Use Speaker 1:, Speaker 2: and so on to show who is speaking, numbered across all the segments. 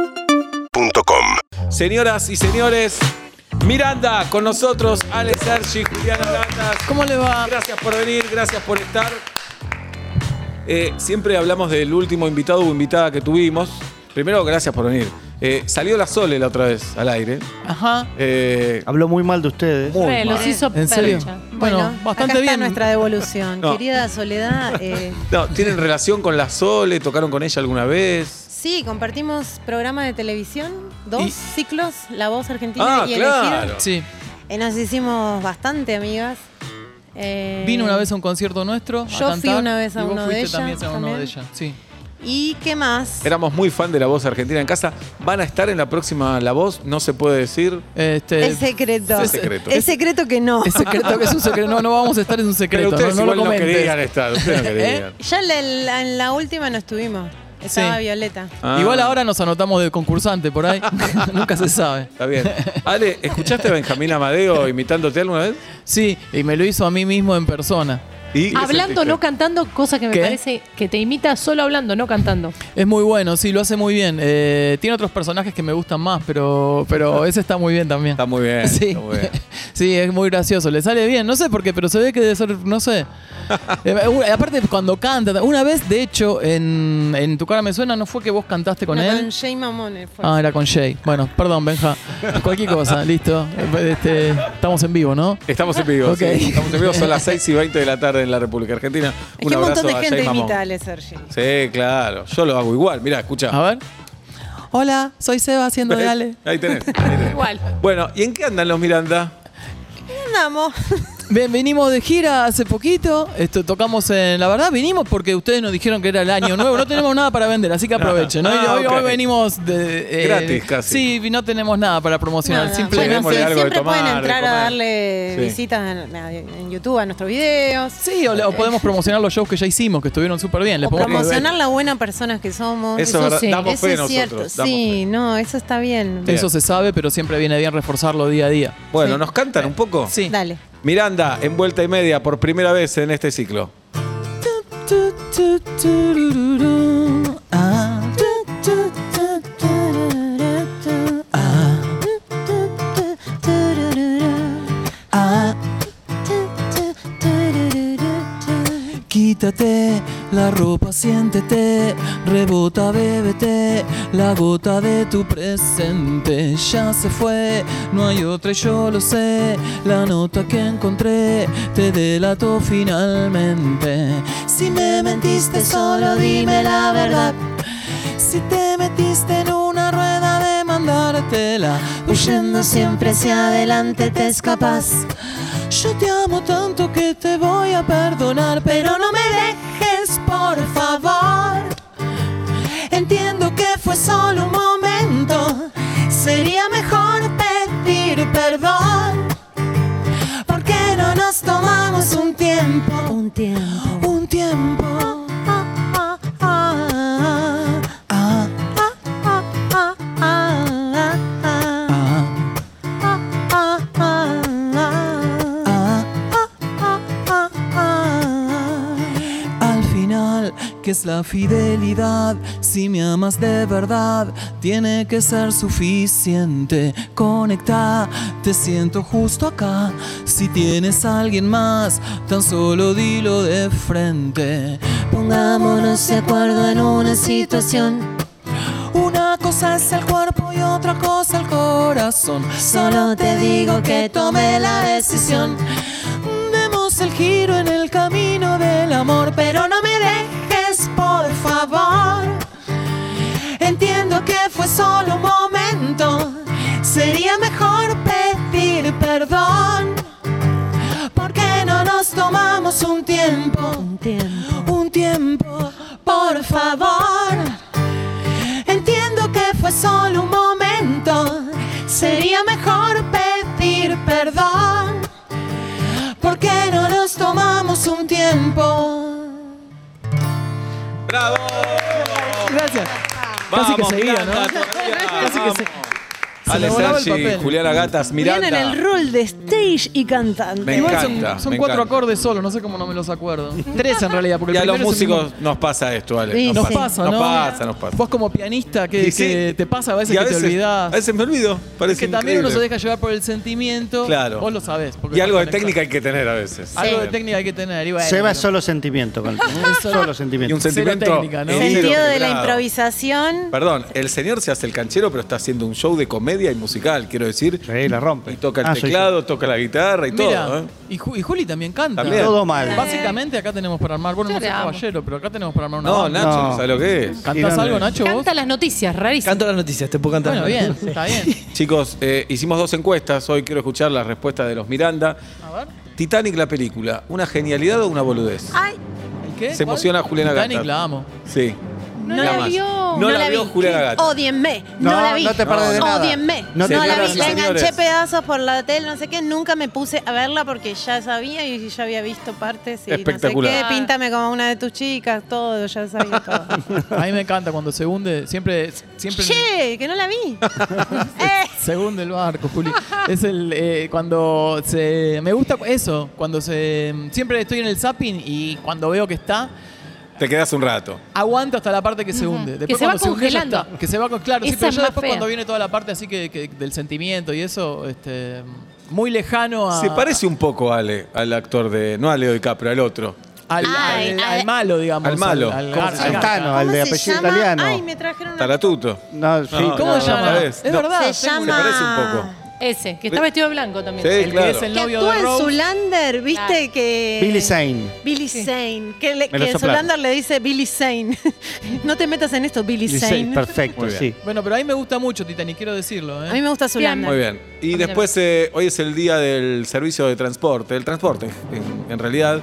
Speaker 1: UrbanaPlayFM.com
Speaker 2: Señoras y señores, Miranda con nosotros, Ale Sergi, Juliana Latas.
Speaker 3: ¿Cómo le va?
Speaker 2: Gracias por venir, gracias por estar. Eh, siempre hablamos del último invitado o invitada que tuvimos. Primero, gracias por venir. Eh, salió la Sole la otra vez al aire.
Speaker 3: Ajá.
Speaker 2: Eh,
Speaker 4: Habló muy mal de ustedes.
Speaker 2: muy
Speaker 5: Re,
Speaker 2: mal.
Speaker 3: Los hizo
Speaker 5: ¿En
Speaker 3: percha.
Speaker 5: serio?
Speaker 3: Bueno, bastante
Speaker 5: acá
Speaker 3: bien.
Speaker 5: está nuestra devolución.
Speaker 2: No.
Speaker 5: Querida Soledad, eh,
Speaker 2: No, ¿Tienen relación con la Sole? ¿Tocaron con ella alguna vez?
Speaker 5: sí, compartimos programa de televisión, dos
Speaker 2: Y-
Speaker 5: ciclos, La Voz Argentina
Speaker 2: Ah,
Speaker 5: y
Speaker 2: claro.
Speaker 5: Elegida.
Speaker 3: Sí.
Speaker 5: Eh, nos hicimos bastante amigas. Eh,
Speaker 3: Vino una vez a un concierto nuestro.
Speaker 5: Yo
Speaker 3: a
Speaker 5: fui
Speaker 3: cantar,
Speaker 5: una vez a
Speaker 3: y vos
Speaker 5: uno de
Speaker 3: fuiste
Speaker 5: ella,
Speaker 3: también a uno
Speaker 5: también.
Speaker 3: de ella. Sí.
Speaker 5: ¿Y qué más?
Speaker 2: Éramos muy fan de La Voz Argentina en casa. Van a estar en la próxima La Voz, no se puede decir.
Speaker 3: Este,
Speaker 5: Es secreto.
Speaker 2: Es secreto.
Speaker 5: Es secreto que no.
Speaker 3: es secreto, que es un secreto. No, no vamos a estar en un
Speaker 2: Pero
Speaker 3: secreto.
Speaker 2: ustedes
Speaker 3: no, no
Speaker 2: igual
Speaker 3: lo
Speaker 2: no
Speaker 3: comentes. ¿Eh?
Speaker 2: querían estar. Ustedes no querían.
Speaker 5: Ya en la- en la, en la última no estuvimos. Estaba
Speaker 3: Sí.
Speaker 5: Violeta.
Speaker 2: Ah.
Speaker 3: Igual ahora nos anotamos de concursante por ahí. Nunca se sabe.
Speaker 2: Está bien. Ale, ¿escuchaste a Benjamín Amadeo imitándote alguna vez?
Speaker 3: Sí, y me lo hizo a mí mismo en persona.
Speaker 2: ¿Y qué
Speaker 6: Hablando,
Speaker 2: sentiste?
Speaker 6: no cantando, cosa que me
Speaker 3: ¿Qué?
Speaker 6: parece que te imita solo hablando, no cantando.
Speaker 3: Es muy bueno, sí, lo hace muy bien. Eh, tiene otros personajes que me gustan más, pero, pero ese está muy bien también.
Speaker 2: Está muy bien.
Speaker 3: Sí.
Speaker 2: está muy bien.
Speaker 3: sí, es muy gracioso. Le sale bien, no sé por qué, pero se ve que debe ser, no sé. Eh, u- aparte, cuando canta, una vez, de hecho, en, en Tu cara me suena, ¿no fue que vos cantaste con
Speaker 5: No,
Speaker 3: él?
Speaker 5: Con Jay Mamone fue.
Speaker 3: Ah, era con Jay. Bueno, perdón, Benja. Cualquier cosa, listo. Eh, este, estamos en vivo, ¿no?
Speaker 2: Estamos en vivo.
Speaker 3: Ok.
Speaker 2: sí. Estamos en vivo. Son las 6 y 20 de la tarde en la República Argentina.
Speaker 5: es que un
Speaker 2: abrazo
Speaker 5: montón de
Speaker 2: a Jay
Speaker 5: gente
Speaker 2: Mamón.
Speaker 5: imita a Ale Sergi.
Speaker 2: Sí, claro. Yo lo hago igual. Mira, escucha.
Speaker 3: A ver. Hola, soy Seba haciendo de Ale.
Speaker 2: Ahí tenés. ahí tenés.
Speaker 6: Igual.
Speaker 2: Bueno, ¿y en qué andan los Miranda?
Speaker 5: Andamos.
Speaker 3: Bien, vinimos de gira hace poquito. Esto, tocamos en. La verdad, vinimos porque ustedes nos dijeron que era el año nuevo. No tenemos nada para vender, así que aprovechen. ¿no? Y
Speaker 2: Ah,
Speaker 3: hoy,
Speaker 2: ok.
Speaker 3: hoy venimos de. eh,
Speaker 2: Gratis, casi.
Speaker 3: Sí, no tenemos nada para promocionar.
Speaker 5: Nada.
Speaker 3: Simple-
Speaker 2: Bueno,
Speaker 5: sí,
Speaker 2: Démosle algo de
Speaker 5: siempre
Speaker 2: tomar,
Speaker 5: pueden
Speaker 2: de
Speaker 5: entrar a
Speaker 2: comer.
Speaker 5: darle
Speaker 2: Sí.
Speaker 5: visitas en, en YouTube a nuestros videos.
Speaker 3: Sí, o, le- o podemos promocionar los shows que ya hicimos, que estuvieron súper bien. Les
Speaker 5: O
Speaker 3: podemos-
Speaker 5: promocionar la buena personas que somos.
Speaker 2: Eso, es verdad.
Speaker 6: sí.
Speaker 2: Damos
Speaker 5: Eso
Speaker 2: fe
Speaker 5: es
Speaker 2: nosotros.
Speaker 5: cierto.
Speaker 2: damos
Speaker 5: Sí, no, eso está bien.
Speaker 2: Sí.
Speaker 3: Eso se sabe, pero siempre viene bien reforzarlo día a día.
Speaker 2: fe. Bueno, ¿nos cantan un poco?
Speaker 3: Sí.
Speaker 5: Dale.
Speaker 2: Miranda, en vuelta y media, por primera vez en este ciclo.
Speaker 3: Ah. Ah. Ah. Quítate la ropa, siéntete, rebota, bébete, la gota de tu presente ya se fue, no hay otra y yo lo sé, la nota que encontré te delató finalmente. Si me mentiste solo dime la verdad, si te metiste en una rueda de mandártela, huyendo siempre hacia adelante te escapas. Yo te amo tanto que te voy a perdonar, pero no me dejes, por favor. Entiendo que fue solo un momento, sería mejor pedir perdón. ¿Por qué no nos tomamos un tiempo? Un tiempo. Un tiempo. Ah, ah, ah, ah, ah, ah. Al final, ¿qué es la fidelidad? Si me amas de verdad, tiene que ser suficiente. Conecta, te siento justo acá. Si tienes a alguien más, tan solo dilo de frente. Pongámonos de acuerdo en una situación. Una cosa es el cuerpo y otra cosa el corazón. Solo te digo que tome la decisión. Demos el giro en el camino del amor, pero no me dejes, por favor. Entiendo que fue solo un momento. Sería mejor pedir perdón. ¿Por qué no nos tomamos un tiempo? Un tiempo. Un tiempo, por favor. Entiendo que fue solo un momento. Sería mejor pedir perdón. ¿Por qué no nos tomamos un tiempo?
Speaker 2: ¡Bravo!
Speaker 3: Gracias.
Speaker 2: Vamos,
Speaker 3: Casi que seguía,
Speaker 2: Miranda,
Speaker 3: ¿no?
Speaker 2: todavía,
Speaker 3: Casi que
Speaker 2: vamos.
Speaker 3: se- Se
Speaker 2: Ale
Speaker 3: me volaba el
Speaker 2: Sergi,
Speaker 3: papel.
Speaker 2: Juliana Gatas, Miranda.
Speaker 5: Vienen el rol de stage y cantante.
Speaker 2: Me
Speaker 3: Igual
Speaker 2: encanta,
Speaker 3: son, son
Speaker 2: me
Speaker 3: cuatro
Speaker 2: encanta.
Speaker 3: acordes solo, no sé cómo no me los acuerdo. Tres en realidad, porque
Speaker 2: Y
Speaker 3: el
Speaker 2: a los
Speaker 3: primero es el
Speaker 2: músicos
Speaker 3: mismo.
Speaker 2: nos pasa esto, Ale.
Speaker 5: Sí,
Speaker 3: Nos
Speaker 5: sí.
Speaker 3: pasa, ¿no?
Speaker 2: Nos pasa, nos pasa.
Speaker 3: Vos como pianista, que,
Speaker 2: Y sí.
Speaker 3: que te pasa a veces
Speaker 2: Y a
Speaker 3: que te
Speaker 2: A
Speaker 3: olvidás.
Speaker 2: veces me olvido. Parece
Speaker 3: que también uno
Speaker 2: increíble.
Speaker 3: se deja llevar por el sentimiento.
Speaker 2: Claro.
Speaker 3: Vos lo sabés. porque
Speaker 2: Y algo de
Speaker 3: conectás.
Speaker 2: técnica hay que tener a veces.
Speaker 3: Algo de técnica hay que tener. Y bueno,
Speaker 1: Seba es
Speaker 3: bueno.
Speaker 1: solo sentimiento, Calvo. Es solo
Speaker 2: Y
Speaker 1: sentimiento.
Speaker 2: un
Speaker 3: Cero
Speaker 2: sentimiento.
Speaker 3: técnica, ¿no?
Speaker 2: en
Speaker 3: Sentido
Speaker 5: Sentido
Speaker 2: cero
Speaker 5: de la
Speaker 2: quebrado.
Speaker 5: improvisación.
Speaker 2: Perdón, el señor se hace el canchero, pero está haciendo un show de comedia y musical, quiero decir.
Speaker 1: Sí, la rompe.
Speaker 2: Y toca el
Speaker 1: Ah, soy yo.
Speaker 2: teclado, toca la guitarra y
Speaker 3: Mira,
Speaker 2: todo. ¿eh?
Speaker 3: y, Ju- y Juli también canta.
Speaker 2: También.
Speaker 1: Todo mal.
Speaker 3: Básicamente acá tenemos para armar. Bueno,
Speaker 6: Yo
Speaker 3: no
Speaker 6: le
Speaker 3: soy
Speaker 6: amo.
Speaker 3: caballero, pero acá tenemos para armar una.
Speaker 2: No,
Speaker 3: banda.
Speaker 2: Nacho,
Speaker 1: No.
Speaker 2: no sabe lo que es.
Speaker 3: ¿Cantás
Speaker 1: Sí,
Speaker 3: algo,
Speaker 1: no,
Speaker 3: Nacho? vos?
Speaker 6: Canta las noticias, rarísimo.
Speaker 4: Canto las noticias, te puedo cantar.
Speaker 3: Bueno, bien, está bien.
Speaker 2: Chicos, eh, hicimos dos encuestas. Hoy quiero escuchar las respuestas de los Miranda.
Speaker 3: A ver.
Speaker 2: Titanic, la película, ¿una genialidad o una boludez?
Speaker 5: Ay,
Speaker 3: ¿El qué?
Speaker 2: Se
Speaker 3: ¿Cuál?
Speaker 2: emociona Juliana
Speaker 3: Titanic,
Speaker 2: Gatas.
Speaker 3: la amo.
Speaker 2: Sí.
Speaker 6: No
Speaker 2: Nada
Speaker 6: la
Speaker 2: más.
Speaker 6: vio.
Speaker 2: No, la, vio Juliana Gatas.
Speaker 5: Odienme, no,
Speaker 1: No,
Speaker 5: la vi.
Speaker 1: no te perdés de nada.
Speaker 5: Odienme,
Speaker 1: No
Speaker 5: no,
Speaker 1: te
Speaker 5: la
Speaker 1: perdés
Speaker 5: vi.
Speaker 1: de
Speaker 5: La
Speaker 2: nada.
Speaker 5: enganché
Speaker 2: Señores.
Speaker 5: pedazos por la tele, no sé qué. Nunca me puse a verla porque ya sabía y ya había visto partes. Y
Speaker 2: Espectacular.
Speaker 5: No sé qué. Píntame como una de tus chicas, todo, ya sabía todo.
Speaker 3: A mí me encanta cuando se hunde. Siempre. siempre
Speaker 5: che, que no la vi. Eh,
Speaker 3: Se hunde el barco, Juli. Es el. eh, cuando se. Me gusta eso. Cuando se. Siempre estoy en el zapping y cuando veo que está.
Speaker 2: Te quedas un rato.
Speaker 3: Aguanto hasta la parte que se
Speaker 6: Ujú.
Speaker 3: hunde.
Speaker 6: Que
Speaker 3: Después
Speaker 6: se va
Speaker 3: cuando se hunde, ya
Speaker 6: congelando.
Speaker 3: está. Que se va con claro. sí,
Speaker 6: Esa
Speaker 3: pero
Speaker 6: es
Speaker 3: ya
Speaker 6: más
Speaker 3: después
Speaker 6: fea.
Speaker 3: cuando viene toda la parte así que, que- del sentimiento y eso, este, muy lejano a.
Speaker 2: Se parece un poco, Ale, al actor de. No a Leo DiCaprio, al otro.
Speaker 3: al,
Speaker 5: Ay,
Speaker 3: al-
Speaker 5: al-
Speaker 3: al malo, digamos.
Speaker 2: al malo.
Speaker 3: Al,
Speaker 1: Como
Speaker 3: gar-
Speaker 1: Santano,
Speaker 3: garca.
Speaker 1: al de
Speaker 5: ¿cómo se
Speaker 1: apellido
Speaker 5: llama?
Speaker 1: italiano.
Speaker 5: Ay, me trajeron una...
Speaker 2: Taratuto.
Speaker 1: No, sí. Eh,
Speaker 2: No,
Speaker 3: ¿Cómo
Speaker 2: no,
Speaker 3: se llama?
Speaker 2: no,
Speaker 3: Es verdad.
Speaker 5: Se
Speaker 3: tengo
Speaker 2: Se
Speaker 3: una-
Speaker 5: llama-
Speaker 2: parece un poco.
Speaker 6: Ese, que está vestido de blanco también.
Speaker 2: Sí,
Speaker 3: El que
Speaker 2: claro.
Speaker 3: es el
Speaker 5: Que
Speaker 3: novio de
Speaker 5: actúa en
Speaker 3: Rose.
Speaker 5: Zulander, viste
Speaker 6: Claro.
Speaker 5: que...
Speaker 1: Billy Zane.
Speaker 5: Billy Zane. Que, le,
Speaker 1: Me lo
Speaker 5: que
Speaker 1: soplaron.
Speaker 5: Zulander le dice Billy Zane. no te metas en esto, Billy,
Speaker 1: Billy
Speaker 5: Zane.
Speaker 1: Zane, Perfecto,
Speaker 2: Muy bien.
Speaker 1: sí.
Speaker 3: Bueno, pero a mí me gusta mucho Titanic, quiero decirlo. ¿eh?
Speaker 5: A mí me gusta Zulander.
Speaker 2: Muy bien. Y después, eh, hoy es el día del servicio de transporte. El transporte, en, en realidad.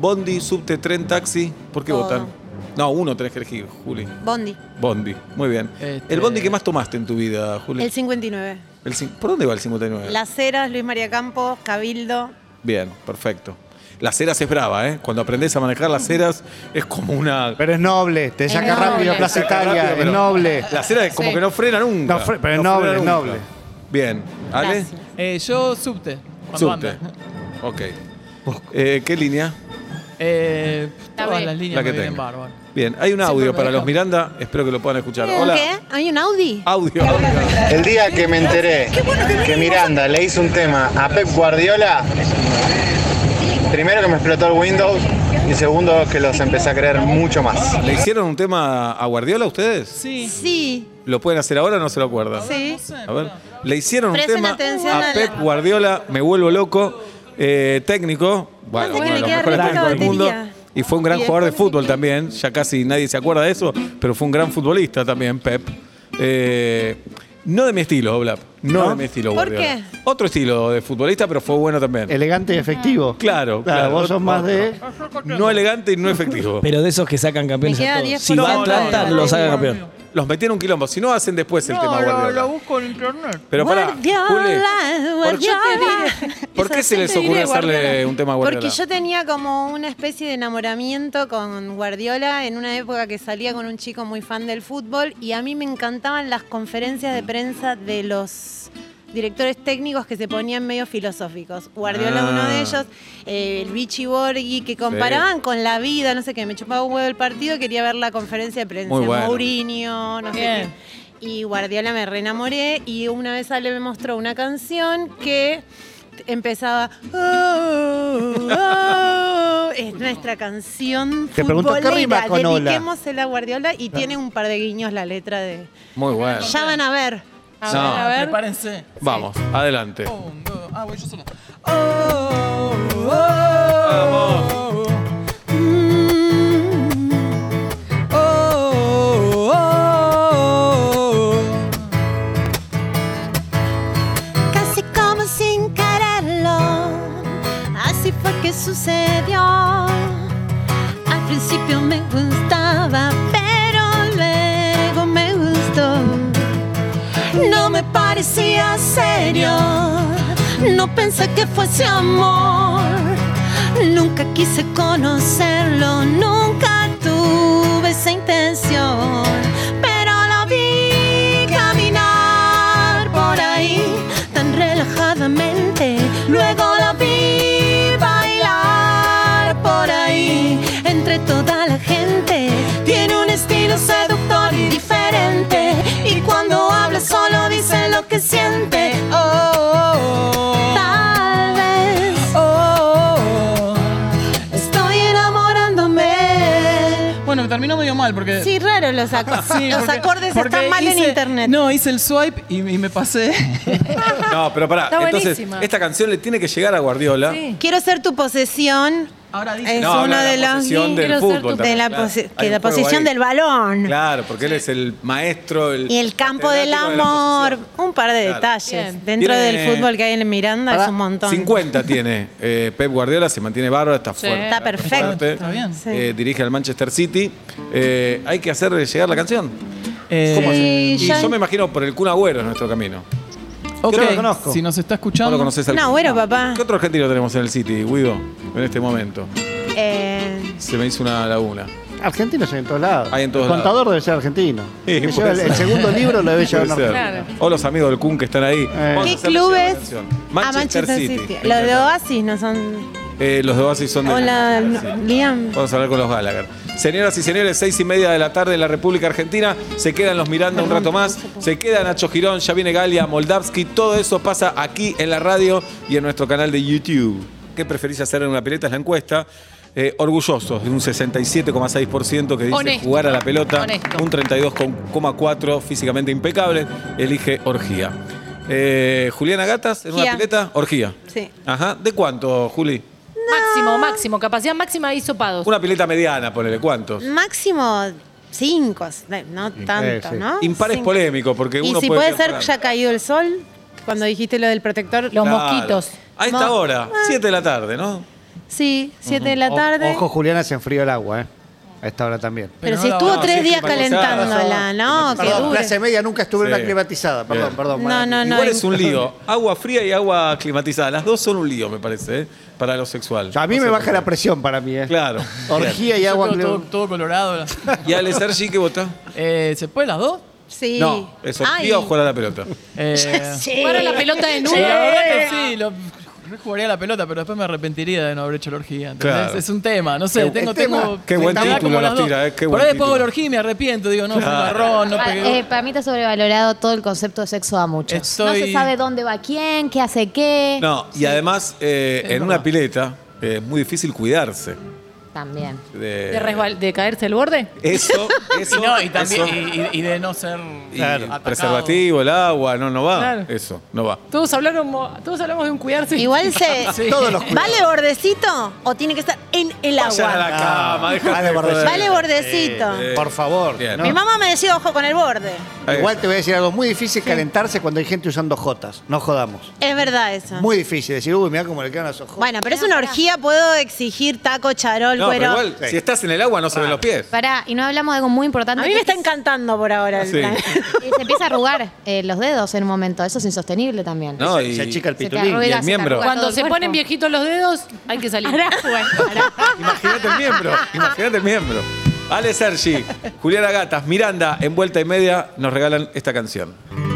Speaker 2: Bondi, subte, tren, taxi. ¿Por qué
Speaker 5: Todo.
Speaker 2: votan? No, uno tenés que elegir, Juli.
Speaker 5: Bondi.
Speaker 2: Bondi. Muy bien.
Speaker 3: Este-
Speaker 2: ¿El bondi que más tomaste en tu vida, Juli?
Speaker 5: El 59.
Speaker 2: El cin- ¿Por dónde va el 59?
Speaker 5: Las Heras, Luis María Campos, Cabildo.
Speaker 2: Bien, perfecto. Las eras es brava, ¿eh? Cuando aprendes a manejar las eras es como una...
Speaker 1: Pero es noble, te saca
Speaker 6: noble.
Speaker 1: rápido a Plaza
Speaker 2: Te saca
Speaker 1: Italia,
Speaker 2: rápido,
Speaker 1: es
Speaker 2: pero-
Speaker 1: noble.
Speaker 2: Las eras es como
Speaker 6: Sí.
Speaker 2: que no frena nunca.
Speaker 1: No fre- pero es noble,
Speaker 2: frena
Speaker 1: es
Speaker 2: nunca.
Speaker 1: noble.
Speaker 2: Bien. ¿Ale?
Speaker 5: Gracias.
Speaker 3: Eh, yo subte. Cuando
Speaker 2: Subte.
Speaker 3: anda.
Speaker 2: Ok. Eh, ¿Qué línea?
Speaker 3: Eh,
Speaker 6: La
Speaker 3: todas
Speaker 6: B.
Speaker 3: las líneas
Speaker 2: La que
Speaker 3: me vienen
Speaker 2: tengo.
Speaker 3: bárbaro.
Speaker 2: Bien, hay un
Speaker 3: Siempre
Speaker 2: audio
Speaker 3: me
Speaker 2: para los
Speaker 3: dejan.
Speaker 2: Miranda, espero que lo puedan escuchar.
Speaker 5: ¿Qué?
Speaker 2: Hola. Ah.
Speaker 5: ¿Hay un Audi?
Speaker 2: Audio, audio.
Speaker 7: El día que me enteré que Miranda le hizo un tema a Pep Guardiola, primero que me explotó el Windows y segundo que los empecé a creer mucho más.
Speaker 2: ¿Le hicieron un tema a Guardiola ustedes?
Speaker 3: Sí.
Speaker 5: Sí.
Speaker 2: ¿Lo pueden hacer ahora o no se lo acuerdan?
Speaker 5: Sí.
Speaker 2: A ver, le hicieron un
Speaker 5: Presten
Speaker 2: tema
Speaker 5: atención
Speaker 2: a
Speaker 5: a la-
Speaker 2: Pep Guardiola, me vuelvo loco, eh, técnico, bueno,
Speaker 5: Aparte que
Speaker 2: uno de
Speaker 5: le
Speaker 2: los
Speaker 5: queda
Speaker 2: mejores
Speaker 5: rica
Speaker 2: técnicos del mundo.
Speaker 5: batería.
Speaker 2: Y fue un gran
Speaker 5: Y
Speaker 2: jugador de
Speaker 5: después
Speaker 2: fútbol también, ya casi nadie se acuerda de eso, pero fue un gran futbolista también, Pep. Eh, no de mi estilo, Oblap, no, de mi estilo.
Speaker 5: ¿Por
Speaker 2: Guardiola.
Speaker 5: qué?
Speaker 2: Otro estilo de futbolista, pero fue bueno también.
Speaker 1: Elegante y efectivo.
Speaker 2: Claro, claro.
Speaker 1: Vos sos más de.
Speaker 2: No elegante y no efectivo.
Speaker 4: Pero de esos que sacan campeones
Speaker 5: Me queda
Speaker 4: a todos.
Speaker 5: 10%
Speaker 4: Si va a
Speaker 5: de
Speaker 4: Atlanta,
Speaker 5: la
Speaker 4: lo
Speaker 5: vida.
Speaker 4: saca campeón.
Speaker 2: Los metieron un quilombo, si no hacen después el tema
Speaker 3: lo,
Speaker 2: Guardiola.
Speaker 3: busco en internet.
Speaker 2: Pero para,
Speaker 5: Guardiola,
Speaker 2: ¿por qué,
Speaker 5: Guardiola.
Speaker 2: por qué
Speaker 6: Eso
Speaker 2: se les
Speaker 6: siempre
Speaker 2: ocurre
Speaker 6: diré,
Speaker 2: hacerle
Speaker 6: Guardiola.
Speaker 2: un tema a Guardiola?
Speaker 5: Porque yo tenía como una especie de enamoramiento con Guardiola en una época que salía con un chico muy fan del fútbol y a mí me encantaban las conferencias de prensa de los directores técnicos que se ponían medio filosóficos. Guardiola
Speaker 2: Ah.
Speaker 5: uno de ellos, eh, el Vichy Borghi, que comparaban con la vida, no sé qué, me chupaba un huevo el partido y quería ver la conferencia de prensa.
Speaker 2: Muy bueno.
Speaker 5: Mourinho, no sé qué.
Speaker 3: Bien.
Speaker 5: Y Guardiola me reenamoré y una vez Ale me mostró una canción que empezaba... "Oh, oh, oh". es nuestra canción
Speaker 1: Te pregunto, ¿qué rima
Speaker 5: futbolera.
Speaker 1: con hola?
Speaker 5: Dediquémosela a Guardiola y tiene un par de guiños la letra de...
Speaker 2: Muy bueno.
Speaker 5: Ya van a ver.
Speaker 6: A
Speaker 2: No.
Speaker 6: ver, a ver.
Speaker 3: Prepárense.
Speaker 2: Vamos, adelante.
Speaker 3: Un, dos, ah, voy yo sola. Oh, oh, oh.
Speaker 5: Mm,
Speaker 3: Oh, oh, oh.
Speaker 5: Casi como sin quererlo, así fue que sucedió. Al principio me gustaba, pero luego me gustó. No me parecía serio, no pensé que fuese amor. Nunca quise conocerlo, nunca tuve esa intención. Pero lo vi caminar por ahí. Oh,
Speaker 3: Oh, mal porque...
Speaker 5: Sí, raro, los, aco-
Speaker 3: Sí,
Speaker 5: los
Speaker 3: porque-
Speaker 5: acordes
Speaker 3: porque
Speaker 5: están mal en
Speaker 3: hice-
Speaker 5: internet.
Speaker 3: No, hice el swipe y, y me pasé.
Speaker 2: No, pero pará.
Speaker 6: Está
Speaker 2: Entonces,
Speaker 6: buenísima.
Speaker 2: esta canción le tiene que llegar a Guardiola.
Speaker 6: Sí.
Speaker 5: Quiero ser tu posesión.
Speaker 3: Ahora dice...
Speaker 5: Es
Speaker 2: No, habla
Speaker 5: uno
Speaker 2: de
Speaker 5: de
Speaker 2: la
Speaker 5: los.
Speaker 2: posesión del
Speaker 5: Quiero ser tu-
Speaker 2: fútbol
Speaker 5: de
Speaker 2: también,
Speaker 5: la
Speaker 2: claro.
Speaker 5: pose-
Speaker 2: Hay
Speaker 5: que
Speaker 2: un
Speaker 5: la
Speaker 2: juego
Speaker 5: posesión
Speaker 2: ahí.
Speaker 5: del balón.
Speaker 2: Claro, porque él es el maestro. El
Speaker 5: Y el campo del
Speaker 2: catedrático de la
Speaker 5: amor.
Speaker 2: posición.
Speaker 5: Un par de
Speaker 2: Claro.
Speaker 5: detalles.
Speaker 6: Bien.
Speaker 5: Dentro
Speaker 2: Tiene-
Speaker 5: del fútbol que hay en Miranda es
Speaker 2: Pará,
Speaker 5: un montón.
Speaker 2: 50 tiene eh, Pep Guardiola, se mantiene bárbaro, está
Speaker 6: Sí.
Speaker 2: fuerte.
Speaker 6: Está
Speaker 5: perfecto.
Speaker 2: fuerte.
Speaker 3: Está bien.
Speaker 5: Sí.
Speaker 2: Eh, dirige al Manchester City. Eh, hay que hacerle llegar la canción.
Speaker 3: Eh,
Speaker 2: ¿Cómo
Speaker 5: Sí,
Speaker 2: hacen? Y
Speaker 5: ya-
Speaker 2: yo me imagino por el Kun Agüero en nuestro camino.
Speaker 3: ok,
Speaker 1: Yo no lo conozco.
Speaker 3: si nos está
Speaker 2: ¿No
Speaker 3: escuchando...
Speaker 2: lo conoces al
Speaker 5: No,
Speaker 2: Kun?
Speaker 5: bueno, papá.
Speaker 2: ¿Qué otro argentino tenemos en el City, Guido? En este momento.
Speaker 5: Eh,
Speaker 2: Se me hizo una laguna.
Speaker 1: Argentinos en todos lados.
Speaker 2: Hay en todos
Speaker 1: el contador debe ser argentino.
Speaker 2: Sí,
Speaker 1: Me
Speaker 2: puede
Speaker 1: lleva el,
Speaker 2: ser.
Speaker 1: el segundo libro lo debe llevar un
Speaker 2: Puede ser.
Speaker 1: argentino.
Speaker 6: Claro.
Speaker 2: O los amigos del Kun que están ahí. Vamos a hacerle
Speaker 5: ¿Qué
Speaker 2: llegar la
Speaker 5: clubes?
Speaker 2: canción.
Speaker 5: a Manchester City. Los de Oasis no son.
Speaker 2: Eh, los de Oasis son de
Speaker 5: Hola,
Speaker 2: Manchester City.
Speaker 5: no- Liam.
Speaker 2: Vamos a hablar con los Gallagher. Señoras y señores, seis y media de la tarde en la República Argentina. Se quedan los Miranda un rato más. Se queda Nacho Girón, ya viene Galia, Moldavski. Todo eso pasa aquí en la radio y en nuestro canal de YouTube. ¿Qué preferís hacer en una pileta? Es la encuesta. Eh, orgullosos de un 67,6% que dice
Speaker 6: Honesto.
Speaker 2: jugar a la pelota,
Speaker 6: Honesto.
Speaker 2: un 32,4% físicamente impecable, elige orgía. Eh, Juliana Gatas, en una
Speaker 5: Gia.
Speaker 2: pileta, orgía.
Speaker 5: Sí.
Speaker 2: Ajá. ¿De cuánto, Juli?
Speaker 6: Máximo, máximo. Capacidad máxima de hisopados.
Speaker 2: Una pileta mediana, ponele, ¿cuántos?
Speaker 5: Máximo cinco, no tanto,
Speaker 1: sí.
Speaker 5: ¿no?
Speaker 2: Impar es
Speaker 5: Cinco.
Speaker 2: polémico, porque
Speaker 5: Ah, Y
Speaker 2: uno
Speaker 5: si
Speaker 2: puede
Speaker 5: puede ser ya caído el sol, cuando dijiste lo del protector.
Speaker 6: Los mosquitos.
Speaker 2: A esta
Speaker 5: No. Ah.
Speaker 2: hora, 7 de la tarde, ¿no?
Speaker 5: Sí, siete de la
Speaker 1: O-
Speaker 5: tarde.
Speaker 1: Ojo, Juliana se enfrió el agua, ¿eh? A esta hora también.
Speaker 5: Pero
Speaker 3: Pero
Speaker 5: si
Speaker 3: no,
Speaker 5: estuvo
Speaker 2: no,
Speaker 5: tres
Speaker 2: sí,
Speaker 5: días
Speaker 2: climatizada,
Speaker 5: calentándola, no, que
Speaker 1: Perdón, clase
Speaker 5: dure.
Speaker 1: media nunca estuve en
Speaker 2: Sí.
Speaker 1: una climatizada. Perdón,
Speaker 2: Bien.
Speaker 1: perdón.
Speaker 5: No,
Speaker 1: Mariana.
Speaker 5: no, no.
Speaker 2: Igual
Speaker 5: hay-
Speaker 2: es un lío. Agua fría y agua climatizada. Las dos son un lío, me parece, ¿eh? para lo sexual.
Speaker 1: A mí
Speaker 2: No
Speaker 1: me
Speaker 2: sé
Speaker 1: baja
Speaker 2: por
Speaker 1: la
Speaker 2: qué.
Speaker 1: presión para mí, ¿eh?
Speaker 2: Claro.
Speaker 1: Orgía y
Speaker 3: Yo
Speaker 1: agua.
Speaker 3: creo todo,
Speaker 1: cleo-
Speaker 3: todo colorado.
Speaker 2: ¿Y Ale Sergi qué vota?
Speaker 3: Eh, ¿Se puede las dos?
Speaker 5: Sí.
Speaker 2: No, es
Speaker 5: Ay.
Speaker 2: orgía o jugar a la pelota.
Speaker 3: Eh,
Speaker 5: Sí.
Speaker 6: Para la pelota de
Speaker 3: Sí, la
Speaker 6: nuevo.
Speaker 3: verdad que sí, lo, yo jugaría la pelota, pero después me arrepentiría de no haber hecho la orgía. ¿entendés?
Speaker 2: Claro.
Speaker 3: Es un tema, no sé,
Speaker 1: Qué-
Speaker 3: tengo,
Speaker 1: el tema-
Speaker 3: tengo.
Speaker 2: Qué buen
Speaker 3: me da
Speaker 2: título
Speaker 3: como
Speaker 2: la
Speaker 3: las dos.
Speaker 2: tira, eh, qué
Speaker 3: Por
Speaker 2: buen
Speaker 3: ahí después hago
Speaker 2: título.
Speaker 3: la orgía y me arrepiento, digo, no, fue marrón, no
Speaker 8: Pa- eh,
Speaker 3: pegué.
Speaker 8: para mí está sobrevalorado todo el concepto de sexo a muchos. No
Speaker 3: Estoy-
Speaker 8: se sabe dónde va quién, qué hace qué.
Speaker 2: No, y además, eh,
Speaker 3: Es
Speaker 2: en una
Speaker 3: verdad.
Speaker 2: pileta eh, es muy difícil cuidarse.
Speaker 8: También.
Speaker 2: De,
Speaker 6: De, resbal- de caerse al borde.
Speaker 2: Eso, eso.
Speaker 3: Y no, y
Speaker 2: eso.
Speaker 3: también, y, y- y de no ser
Speaker 2: Y
Speaker 3: atacado.
Speaker 2: preservativo, el agua, no, no va.
Speaker 6: Claro.
Speaker 2: Eso, no va.
Speaker 6: Todos hablaron, mo- todos hablamos de un cuidarse.
Speaker 5: Igual se.
Speaker 3: Sí.
Speaker 1: Todos los
Speaker 5: ¿Vale bordecito o tiene que estar en el
Speaker 2: Vayan a la
Speaker 5: agua?
Speaker 2: cama, déjate
Speaker 1: Ah, Vale,
Speaker 2: de
Speaker 1: bordecito.
Speaker 2: joder.
Speaker 5: Vale bordecito.
Speaker 2: Eh,
Speaker 1: Por favor.
Speaker 2: Bien.
Speaker 1: ¿no?
Speaker 5: Mi mamá me decía ojo con el borde.
Speaker 2: Ahí.
Speaker 1: Igual te voy a decir algo muy difícil calentarse cuando hay gente usando jotas. No jodamos.
Speaker 5: Es verdad eso.
Speaker 1: Muy difícil decir, uy, mirá cómo le quedan las ojotas.
Speaker 5: Ah. Bueno, pero es una orgía, puedo exigir taco, charol,
Speaker 2: No, pero
Speaker 5: cuero.
Speaker 2: igual,
Speaker 1: Sí.
Speaker 2: si estás en el agua no se ven los pies.
Speaker 8: Pará, y no hablamos de algo muy importante.
Speaker 5: A mí me
Speaker 8: que
Speaker 5: está
Speaker 8: es-
Speaker 5: encantando por ahora. el
Speaker 2: Sí.
Speaker 5: plan.
Speaker 8: que Se empieza a arrugar eh, los dedos en un momento. Eso es insostenible también.
Speaker 2: No, y,
Speaker 1: Se achica el
Speaker 8: Se te
Speaker 1: pitulín.
Speaker 8: arruga,
Speaker 2: y el
Speaker 8: se te
Speaker 2: miembro.
Speaker 8: arruga todo
Speaker 6: Cuando
Speaker 8: el
Speaker 6: se
Speaker 8: cuerpo.
Speaker 6: ponen viejitos los dedos, hay que salir.
Speaker 2: Ah, Imagínate el miembro, imagínate el miembro. Ale Sergi, Juliana Gatas, Miranda, en vuelta y media nos regalan esta canción.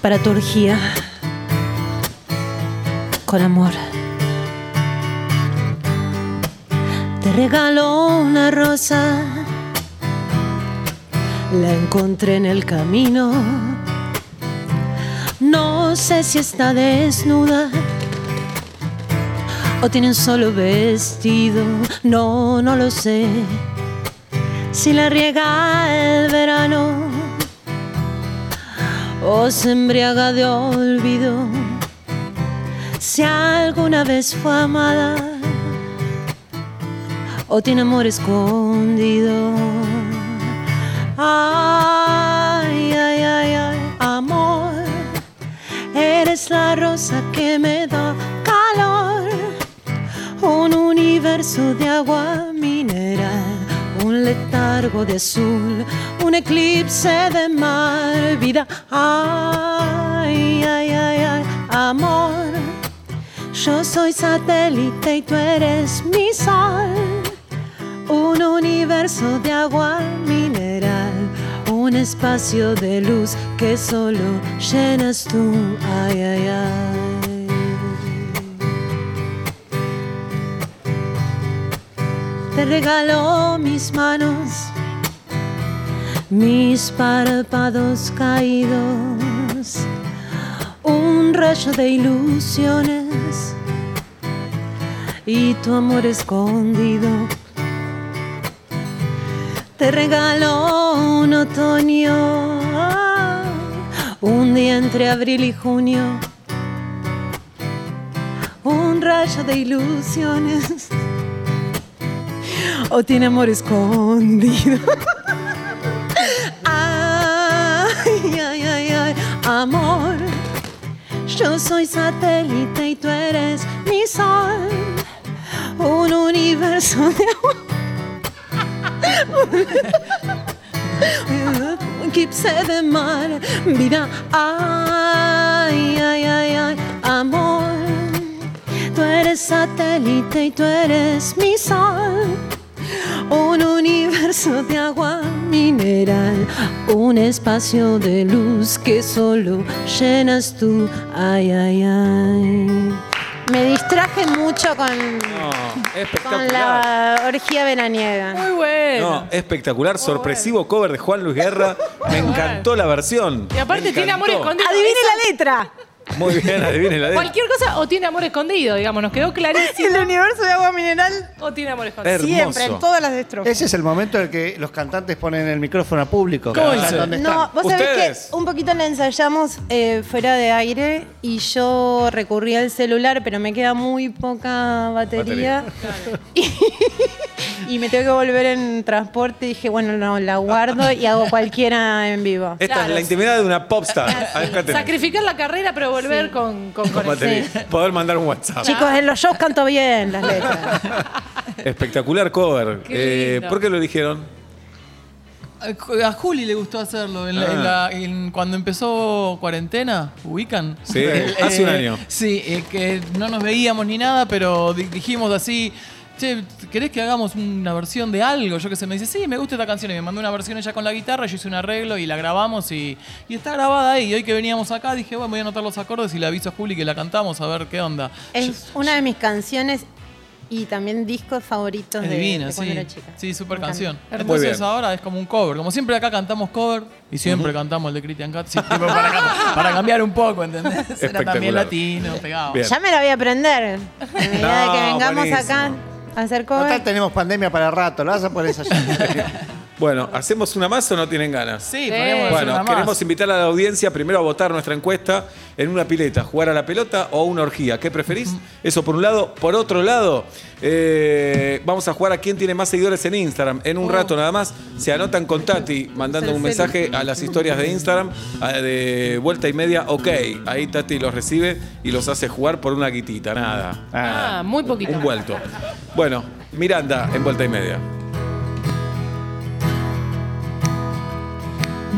Speaker 5: Para tu orgía. Con amor. Te regalo una rosa. La encontré en el camino. No sé si está desnuda o tiene un solo vestido. No, no lo sé. Si la riega el verano o se embriaga de olvido. Si alguna vez fue amada o tiene amor escondido. Ay, ay, ay, ay, amor, eres la rosa que me da calor un universo de agua mineral, un letargo de azul, un eclipse de mar, vida. Ay, ay, ay, ay, amor. Yo soy satélite y tú eres mi sol. Un universo de agua mineral, un espacio de luz que solo llenas tú. Ay, ay, ay. Te regalo mis manos, mis párpados caídos, un rayo de ilusiones y tu amor escondido. Te regalo un otoño, un día entre abril y junio, un rayo de ilusiones. O tiene amor escondido. Ay, ay, ay, ay, amor. Yo soy satélite y tú eres mi sol. Un universo de agua. Un Quipse de mar, vida. Ay, ay, ay, ay, amor. Tú eres satélite y tú eres mi sol. Un universo de agua mineral, un espacio de luz que solo llenas tú. Ay, ay, ay.
Speaker 9: Me distraje mucho con,
Speaker 2: No,
Speaker 9: con
Speaker 2: espectacular.
Speaker 9: la orgía veraniega.
Speaker 6: Muy bueno.
Speaker 2: No, espectacular, sorpresivo cover de Juan Luis Guerra. Me encantó la versión.
Speaker 6: Y aparte
Speaker 2: Me
Speaker 6: tiene amor
Speaker 2: encantó.
Speaker 6: escondido.
Speaker 5: Adivine
Speaker 6: Esa-
Speaker 5: la letra.
Speaker 2: Muy bien, adivine la de.
Speaker 6: Cualquier cosa o tiene amor escondido, digamos, nos quedó
Speaker 5: El
Speaker 6: clarísimo.
Speaker 5: universo de agua mineral
Speaker 6: O tiene amor escondido.
Speaker 2: Hermoso.
Speaker 5: siempre, en todas las estrofas.
Speaker 1: Ese es el momento en el que los cantantes ponen el micrófono a público.
Speaker 10: ¿Cómo
Speaker 1: O sea,
Speaker 10: dice?
Speaker 1: ¿dónde
Speaker 9: No,
Speaker 1: están?
Speaker 9: vos sabés
Speaker 2: Ustedes.
Speaker 9: que un poquito la ensayamos eh, fuera de aire y yo recurrí al celular, pero me queda muy poca batería. Y, y me tengo que volver en transporte y dije, bueno, no, la guardo y hago cualquiera en vivo.
Speaker 2: Esta
Speaker 6: Claro.
Speaker 2: es la intimidad de una popstar. Acá tenés.
Speaker 6: Sacrificar la carrera, pero volver con, con,
Speaker 2: Con
Speaker 6: con-
Speaker 2: batería. Poder mandar un WhatsApp.
Speaker 9: Chicos, en los shows canto bien las letras.
Speaker 2: Espectacular cover.
Speaker 6: Qué
Speaker 2: Eh,
Speaker 6: lindo.
Speaker 2: ¿Por qué lo eligieron?
Speaker 3: A a Juli le gustó hacerlo. en la- en
Speaker 2: Ah.
Speaker 3: la- en- cuando empezó cuarentena, ubican. Eh,
Speaker 2: Sí, hace un año.
Speaker 3: Sí, eh, que no nos veíamos ni nada, pero di- dijimos así. Che, ¿querés que hagamos una versión de algo? Yo que sé, me dice, sí, me gusta esta canción. Y me mandó una versión ella con la guitarra, yo hice un arreglo y la grabamos y, y está grabada ahí. Y hoy que veníamos acá dije, bueno, voy a anotar los acordes y le aviso a Juli que la cantamos a ver qué onda.
Speaker 9: Es una de mis canciones y también discos favoritos
Speaker 3: Es
Speaker 9: de,
Speaker 3: divina,
Speaker 9: de
Speaker 3: sí.
Speaker 9: cuando era chica.
Speaker 3: Sí, super
Speaker 9: Me encanta.
Speaker 3: canción.
Speaker 2: Muy
Speaker 3: Entonces
Speaker 2: bien.
Speaker 3: ahora es como un cover. Como siempre acá cantamos cover y siempre cantamos el de Christian Cat. Sí, tipo, para, cam- para cambiar un poco, ¿entendés? Era
Speaker 2: Espectacular.
Speaker 3: también latino, pegado.
Speaker 2: Bien.
Speaker 9: Ya me la voy a aprender. En medida de que
Speaker 2: No,
Speaker 9: vengamos
Speaker 2: buenísimo.
Speaker 9: acá a hacer
Speaker 1: Total,
Speaker 9: cover.
Speaker 1: tenemos pandemia para rato. La vas a poner esa
Speaker 2: Bueno, ¿hacemos una más o no tienen ganas?
Speaker 3: Sí,
Speaker 6: Sí.
Speaker 3: podríamos hacer
Speaker 2: Bueno,
Speaker 3: una más.
Speaker 2: queremos invitar a la audiencia primero a votar nuestra encuesta en una pileta, jugar a la pelota o una orgía. ¿Qué preferís? Eso por un lado. Por otro lado, eh, vamos a jugar a quién tiene más seguidores en Instagram. En
Speaker 3: Oh.
Speaker 2: un rato nada más se anotan con Tati mandando un mensaje a las historias de Instagram a- de vuelta y media. Ok, ahí Tati los recibe y los hace jugar por una guitita. Nada.
Speaker 6: Ah, muy poquito.
Speaker 2: Un vuelto. Bueno, Miranda en vuelta y media.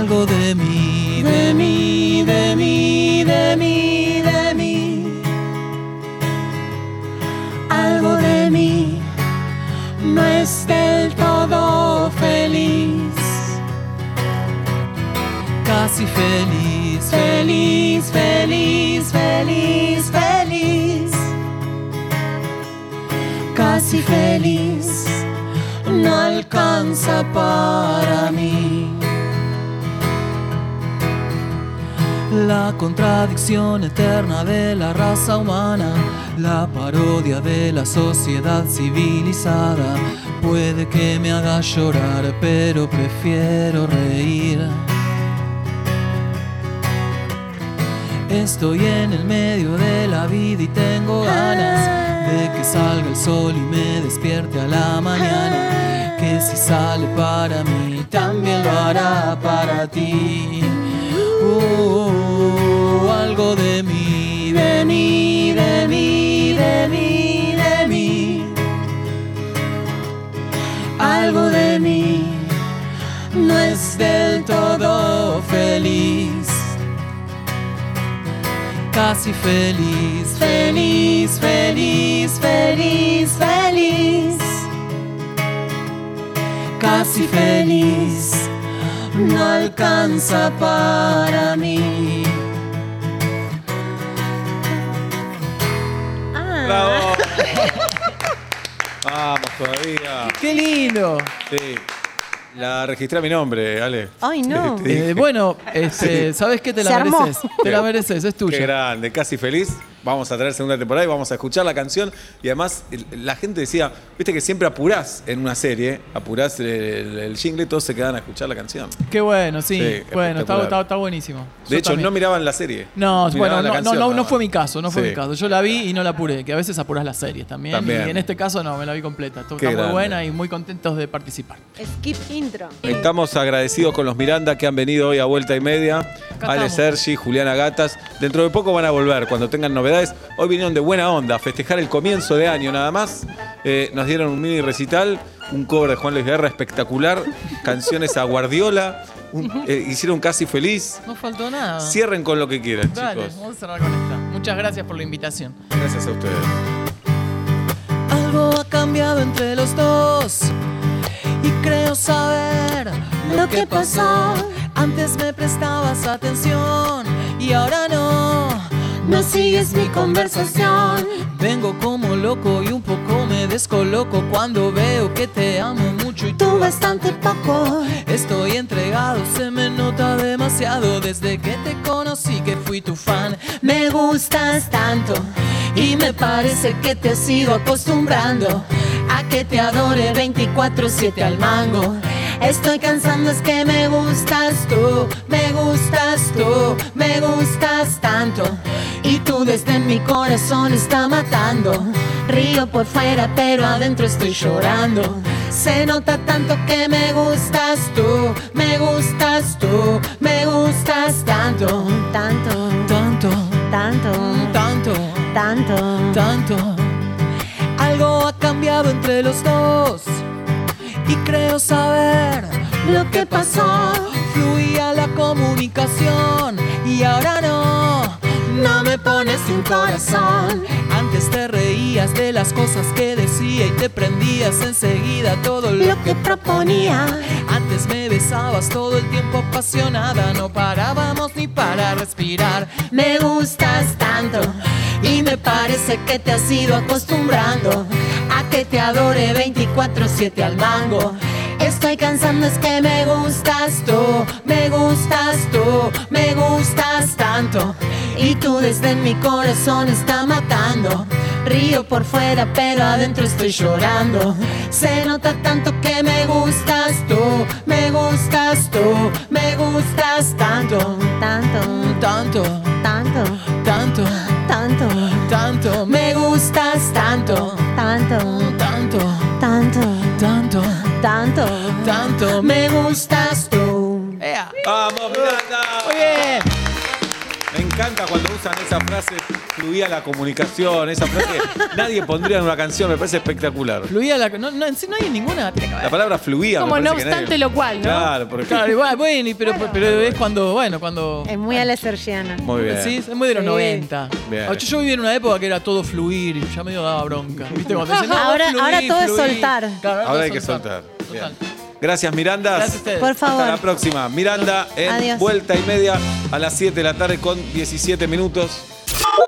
Speaker 3: algo de mí, de mí, de mí, de mí, de mí. Algo de mí no es del todo feliz. Casi feliz, feliz, feliz, feliz, feliz. Casi feliz, no alcanza para mí. La contradicción eterna de la raza humana, la parodia de la sociedad civilizada, puede que me haga llorar, pero prefiero reír. Estoy en el medio de la vida y tengo ganas de que salga el sol y me despierte a la mañana. Que si sale para mí, también lo hará para ti. Uh, algo de mí, de mí, de mí, de mí, de mí. Algo de mí casi feliz.
Speaker 5: Feliz, feliz, feliz, feliz.
Speaker 3: Casi feliz.
Speaker 5: No alcanza para mí.
Speaker 2: ¡Bravo! Vamos todavía.
Speaker 11: ¡Qué lindo!
Speaker 2: Sí. La registré a mi nombre, Ale.
Speaker 9: Ay, no.
Speaker 2: Te dije.
Speaker 11: Eh, bueno, este, ¿sabes qué? Te
Speaker 9: Se
Speaker 11: la
Speaker 9: armó.
Speaker 11: mereces. Te la mereces, es
Speaker 2: Qué
Speaker 11: tuya.
Speaker 2: grande, casi feliz. Vamos a traer segunda temporada y vamos a escuchar la canción. Y además, el- la gente decía, viste que siempre apurás en una serie, apurás el, el jingle y todos se quedan a escuchar la canción.
Speaker 11: Qué bueno, sí.
Speaker 2: Sí,
Speaker 11: bueno, está,
Speaker 2: espectacular.
Speaker 11: está- está buenísimo.
Speaker 2: De hecho, no miraban la serie.
Speaker 11: No,
Speaker 2: Miraban
Speaker 11: bueno,
Speaker 2: la
Speaker 11: no,
Speaker 2: canción
Speaker 11: no, no,
Speaker 2: nada
Speaker 11: no
Speaker 2: más.
Speaker 11: fue mi caso, no fue
Speaker 2: Sí.
Speaker 11: mi caso. Yo la vi y no la apuré, que a veces apurás las series también.
Speaker 2: También.
Speaker 11: Y en este caso no, me la vi completa. Estuvo-
Speaker 2: Qué
Speaker 11: Está muy
Speaker 2: grande.
Speaker 11: buena y muy contentos de participar.
Speaker 9: Skip intro.
Speaker 2: Estamos agradecidos con los Miranda que han venido hoy a vuelta y media. Ale
Speaker 11: estamos.
Speaker 2: Sergi, Juliana Gatas. Dentro de poco van a volver cuando tengan novedades. Hoy vinieron de buena onda a festejar el comienzo de año nada más. Eh, nos dieron un mini recital, un cover de Juan Luis Guerra espectacular, canciones a Guardiola, un- eh, hicieron casi feliz.
Speaker 11: No faltó nada.
Speaker 2: Cierren con lo que quieran,
Speaker 11: Ah. Dale,
Speaker 2: chicos.
Speaker 11: vamos a cerrar con esta. Muchas gracias por la invitación.
Speaker 2: Gracias a ustedes.
Speaker 3: Algo ha cambiado entre los dos y creo saber lo que pasó. Antes me prestabas atención y ahora no.
Speaker 5: No sigues mi conversación.
Speaker 3: Vengo como loco y un poco me descoloco cuando veo que te amo mucho y
Speaker 5: Tú bastante poco.
Speaker 3: Estoy entregado, se me nota demasiado desde que te conocí que fui tu fan.
Speaker 5: Me gustas tanto y me parece que te sigo acostumbrando a que te adore 24/7 al mango. Estoy cansando es que me gustas tú, me gustas tú, me gustas tanto y tú desde mi corazón está matando. Río por fuera pero adentro estoy llorando. Se nota tanto que me gustas tú, me gustas tú, me
Speaker 3: é um
Speaker 5: gustas tanto, tanto
Speaker 3: Tanto,
Speaker 9: Tanto,
Speaker 3: tanto,
Speaker 9: tanto.
Speaker 3: tanto. Algo ha cambiado entre los dos y creo saber
Speaker 5: lo que pasó.
Speaker 3: Fluía la comunicación y ahora no. No me pones un corazón. Antes te reías de las cosas que decía y te prendías enseguida todo lo
Speaker 5: lo que proponía.
Speaker 3: Antes me besabas todo el tiempo apasionada, no parábamos ni para respirar.
Speaker 5: Me gustas tanto y me parece que te has ido acostumbrando a que te adore 24/7 al mango. Estoy cansando es que me gustas tú, me gustas tú, me gustas tanto y tú desde mi corazón está matando. Río por fuera, pero adentro estoy llorando. Se nota tanto que me gustas tú, me gustas tú, me gustas tanto.
Speaker 9: Tanto,
Speaker 3: Tanto,
Speaker 9: tanto,
Speaker 3: tanto,
Speaker 9: tanto,
Speaker 3: tanto, me-
Speaker 5: Me gustas tanto,
Speaker 9: tanto,
Speaker 3: tanto,
Speaker 9: tanto,
Speaker 3: tanto,
Speaker 9: tanto.
Speaker 3: tanto. me-
Speaker 5: me gustas tú.
Speaker 3: ¡Ea!
Speaker 2: ¡Vamos, Miranda!
Speaker 11: Muy bien.
Speaker 2: Me encanta cuando usan esa frase, fluía la comunicación, esa frase que nadie pondría en una canción, me parece espectacular.
Speaker 11: Fluía la. No, no, en sí no hay ninguna. tiene que haber.
Speaker 2: La palabra fluía. me
Speaker 6: Como no
Speaker 2: parece que nadie-
Speaker 6: obstante lo cual, ¿no?
Speaker 2: Claro, por
Speaker 11: Claro,
Speaker 2: ejemplo.
Speaker 11: igual, bueno, y pero, pero es cuando. Bueno, cuando.
Speaker 9: Es muy alesergiana.
Speaker 2: Muy bien.
Speaker 11: Sí, es muy de los
Speaker 9: Sí.
Speaker 11: 90.
Speaker 2: Bien.
Speaker 11: Ah, Yo, yo viví en una época que era todo fluir y ya medio daba bronca. ¿Viste? Cuando dicen, no,
Speaker 9: Ahora-
Speaker 11: fluir,
Speaker 9: ahora todo es
Speaker 11: fluir.
Speaker 9: soltar.
Speaker 11: Claro, todo
Speaker 2: Ahora hay
Speaker 11: es
Speaker 2: que soltar. Bien.
Speaker 11: Total.
Speaker 2: Gracias, Mirandas.
Speaker 11: Gracias a ustedes.
Speaker 9: Por
Speaker 2: Hasta la
Speaker 9: favor.
Speaker 2: próxima. Miranda en
Speaker 9: Adiós.
Speaker 2: vuelta y media a las 7 de la tarde con 17 minutos.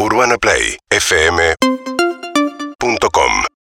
Speaker 12: Urbana Play fm.com